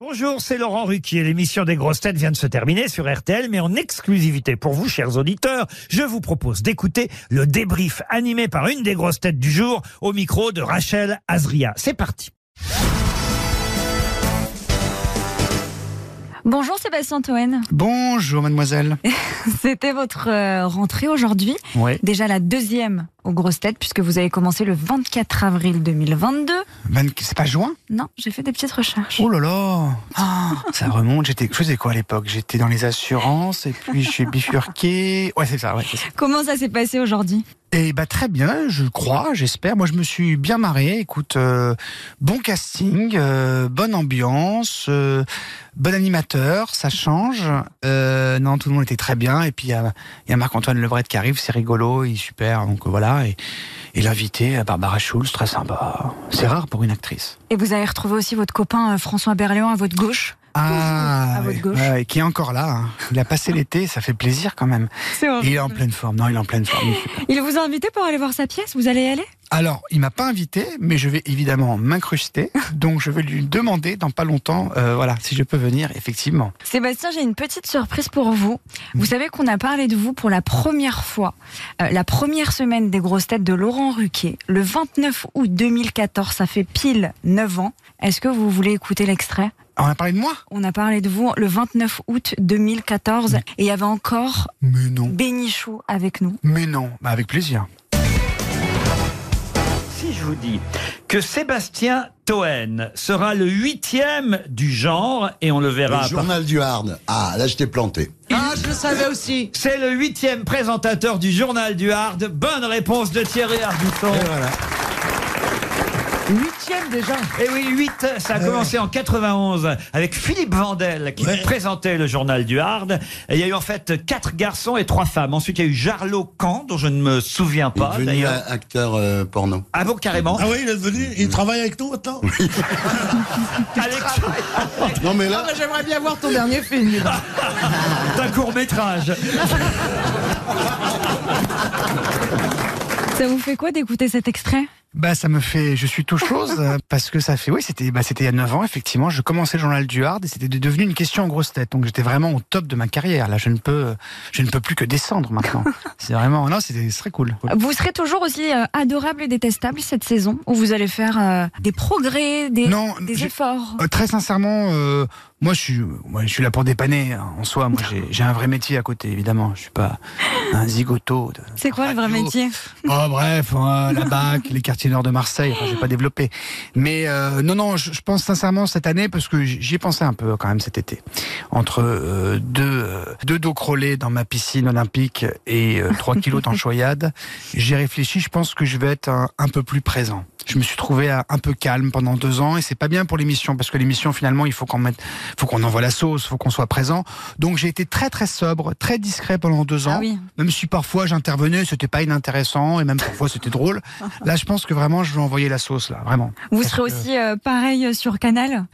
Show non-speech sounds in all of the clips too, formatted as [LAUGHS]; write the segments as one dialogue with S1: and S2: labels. S1: Bonjour, c'est Laurent Ruquier. L'émission des grosses têtes vient de se terminer sur RTL, mais en exclusivité pour vous, chers auditeurs, je vous propose d'écouter le débrief animé par une des grosses têtes du jour au micro de Rachel Azria. C'est parti.
S2: Bonjour Sébastien Toen, [LAUGHS]
S3: Bonjour mademoiselle.
S2: c'était votre euh, rentrée aujourd'hui,
S3: Ouais.
S2: déjà la deuxième aux grosses têtes puisque vous avez commencé le 24 avril 2022.
S3: Vingt- Ben, C'est pas juin
S2: Non, j'ai fait des petites recherches.
S3: Oh là là Ah, Ça remonte, j'étais... Je faisais quoi à l'époque J'étais dans les assurances et puis je suis bifurqué. Ouais, c'est ça, ouais. c'est ça.
S2: Comment ça s'est passé aujourd'hui
S3: Et bah très bien, je crois, j'espère. Moi je me suis bien marré. Écoute, euh, bon casting, euh, bonne ambiance, euh, bon animateur, ça change. Euh, non, tout le monde était très bien. Et puis il y a, il y a Marc-Antoine Lebret qui arrive, c'est rigolo, il est super. Donc euh, voilà. Et, et l'invité, euh, Barbara Schulz, très sympa. C'est rare pour une actrice.
S2: Et vous avez retrouvé aussi votre copain euh, François Berléand à votre gauche.
S3: Ah,
S2: à votre
S3: ouais,
S2: gauche.
S3: ouais, qui est encore là. hein. Il a passé l'été, ça fait plaisir quand même.
S2: C'est
S3: Il est en pleine forme. Non, il est en pleine forme.
S2: Il vous a invité pour aller voir sa pièce, vous allez y aller
S3: Alors, il m'a pas invité, mais je vais évidemment m'incruster. Donc, je vais lui demander dans pas longtemps, euh, voilà, si je peux venir, effectivement.
S2: Sébastien, j'ai une petite surprise pour vous. Vous savez qu'on a parlé de vous pour la première fois, euh, la première semaine des grosses têtes de Laurent Ruquier, le 29 août 2014, ça fait pile 9 ans. Est-ce que vous voulez écouter l'extrait
S3: Ah, On a parlé de moi
S2: On a parlé de vous le 29 août 2014 et il y avait encore
S3: Mais non.
S2: Bénichou avec nous.
S3: Mais non. Bah, avec plaisir.
S1: Si je vous dis que Sébastien Toen sera le huitième du genre, et on le verra.
S4: Le
S1: à part-
S4: journal du Hard. Ah, là, je t'ai planté.
S5: Ah, je le savais aussi.
S1: C'est le huitième présentateur du journal du Hard. Bonne réponse de Thierry Ardisson.
S5: Huitième déjà.
S1: Et Eh oui, 8, ça a commencé en 91 avec Philippe Vandel qui
S4: Euh. Ouais.
S1: présentait le journal du Hard. Et il y a eu en fait quatre garçons et trois femmes. Ensuite, il y a eu Jarlot Kahn, dont je ne me souviens
S4: Il est
S1: pas
S4: devenu
S1: d'ailleurs.
S4: un acteur euh, porno.
S1: Ah bon, carrément.
S6: Ah oui, il est devenu. Il travaille avec nous maintenant
S1: Alex,
S4: Non, mais
S5: Ah,
S4: là,
S5: bah, J'aimerais bien voir ton dernier film.
S1: d'un court métrage.
S2: Ça vous fait quoi d'écouter cet extrait
S3: Bah, ça me fait, je suis tout chose, euh,
S2: [LAUGHS]
S3: parce que ça fait, oui, c'était, bah, c'était il y a 9 ans, effectivement. Je commençais le journal du Hard et c'était de- devenu une question en grosse tête. Donc, j'étais vraiment au top de ma carrière. Là, je ne peux, je ne peux plus que descendre
S2: [LAUGHS]
S3: maintenant. C'est vraiment, non, c'était c'est très cool.
S2: Vous serez toujours aussi euh, adorable et détestable cette saison où vous allez faire euh, des progrès, des,
S3: Non,
S2: des
S3: j'ai-
S2: efforts.
S3: Euh, Très sincèrement, euh, moi je suis, moi, je suis là pour dépanner hein, en soi. Moi j'ai- j'ai un vrai métier à côté, évidemment. Je suis pas un zigoto. de-
S2: C'est quoi le vrai
S3: radio.
S2: métier
S3: Oh bref, hein, la BAC, les quartiers nord de Marseille, enfin, j'ai pas développé. Mais euh, non, non, je, je pense sincèrement cette année, parce que j'y ai pensé un peu quand même cet été. Entre euh, deux, euh, deux dos crôlés dans ma piscine olympique et euh, trois kilos d'enchoyade, j'ai réfléchi, je pense que je vais être un, un peu plus présent. Je me suis trouvé euh, un peu calme pendant deux ans et c'est pas bien pour l'émission parce que l'émission finalement il faut qu'on mette, faut qu'on envoie la sauce, faut qu'on soit présent. Donc j'ai été très très sobre, très discret pendant deux ans
S2: Ah oui.
S3: même si parfois j'intervenais, c'était pas inintéressant et même parfois c'était drôle. Là, je pense que vraiment, je vais envoyer la sauce, là, vraiment.
S2: Vous serez aussi euh, pareil sur Canal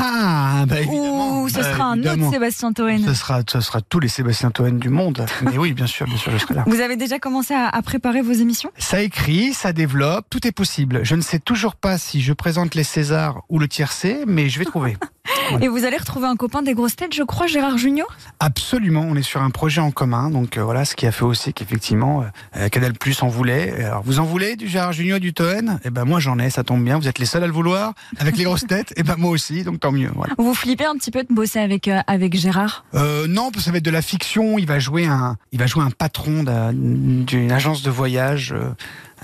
S3: Ah, bah évidemment.
S2: ou ce
S3: Bah,
S2: sera un
S3: évidemment.
S2: autre Sébastien
S3: ce
S2: Toen
S3: sera, ce sera tous les Sébastien Toen du monde. Mais oui, bien sûr, bien sûr, je serai là.
S2: Vous avez déjà commencé à, à préparer vos émissions
S3: Ça écrit, ça développe, tout est possible. Je ne sais toujours pas si je présente les Césars ou le tiercé, mais je vais trouver.
S2: et vous allez retrouver un copain des grosses têtes, je crois, Gérard Junior.
S3: Absolument, on est sur un projet en commun, donc euh, voilà ce qui a fait aussi qu'effectivement euh, Canal Plus en voulait. Alors vous en voulez du Gérard Junior, du Toen Eh ben moi j'en ai, ça tombe bien. Vous êtes les seuls à le vouloir avec les grosses têtes. [LAUGHS] Eh ben moi aussi, donc tant mieux. voilà.
S2: Vous flippez un petit peu de bosser avec euh, avec Gérard
S3: Euh, non, parce que ça va être de la fiction. Il va jouer un, il va jouer un patron d'un- d'une agence de voyage. euh,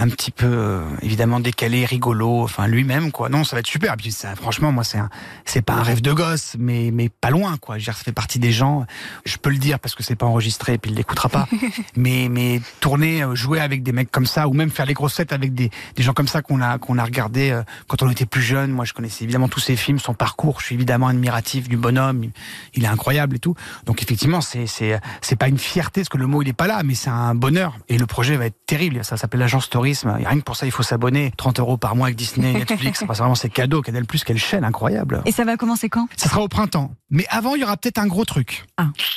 S3: un petit peu euh, évidemment décalé, rigolo, enfin lui-même quoi. Non, ça va être super. Et puis ça, franchement, moi c'est un- c'est pas un rêve de gosse, mais mais pas loin quoi. Je veux dire, ça fait partie des gens. Je peux le dire parce que c'est pas enregistré et puis il l'écoutera pas. mais mais tourner, euh, jouer avec des mecs comme ça ou même faire les grossettes avec des, des gens comme ça qu'on a qu'on a regardé euh, quand on était plus jeune. Moi, je connaissais évidemment tous ses films, son parcours. Je suis évidemment admiratif du bonhomme. Il, il est incroyable et tout. Donc effectivement, c'est c'est c'est pas une fierté parce que le mot il est pas là, mais c'est un bonheur. Et le projet va être terrible. Ça s'appelle l'agence Story. tourisme. Et rien que pour ça, il faut s'abonner. 30 euros par mois avec Disney, Netflix. enfin, c'est vraiment, c'est cadeau. Canal Plus, quelle chaîne incroyable.
S2: Et ça va commencer quand
S3: Ça sera au printemps. Mais avant, il y aura peut-être un gros truc.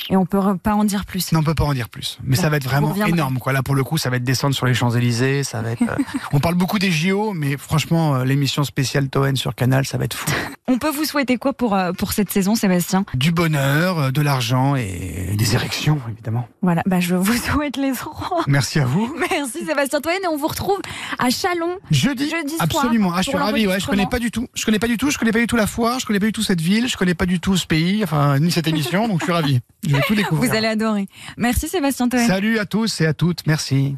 S2: Et on peut re- pas en dire plus.
S3: Non, on peut pas en dire plus. Mais
S2: Bon,
S3: ça va être
S2: vous
S3: vraiment
S2: reviendrez.
S3: énorme. Quoi. Là, pour le coup, ça va être descendre sur les Champs-Élysées. Ça va être. euh, on parle beaucoup des JO, mais franchement, euh, l'émission spéciale Toen sur Canal, ça
S2: [LAUGHS]
S3: va être fou.
S2: On peut vous souhaiter quoi pour, euh, pour cette saison, Sébastien
S3: Du bonheur, euh, de l'argent et des érections, évidemment.
S2: Voilà, bah, je vous [LAUGHS] souhaite les trois.
S3: Merci à vous.
S2: Merci Sébastien Toine et on vous retrouve à Chalon.
S3: Jeudi,
S2: Jeudi soir,
S3: absolument. Ah, je
S2: pour
S3: suis ravi. Ouais, je
S2: l'enregistrement.
S3: connais pas du tout. Je connais pas du tout. Je connais pas du tout la foire. Je connais pas du tout cette ville. Je connais pas du tout ce pays. Enfin, ni cette émission. donc, je suis ravi.
S2: [LAUGHS]
S3: Je vais tout
S2: Vous
S3: découvrir.
S2: allez adorer. Merci Sébastien Toine.
S3: Salut à tous et à toutes. Merci.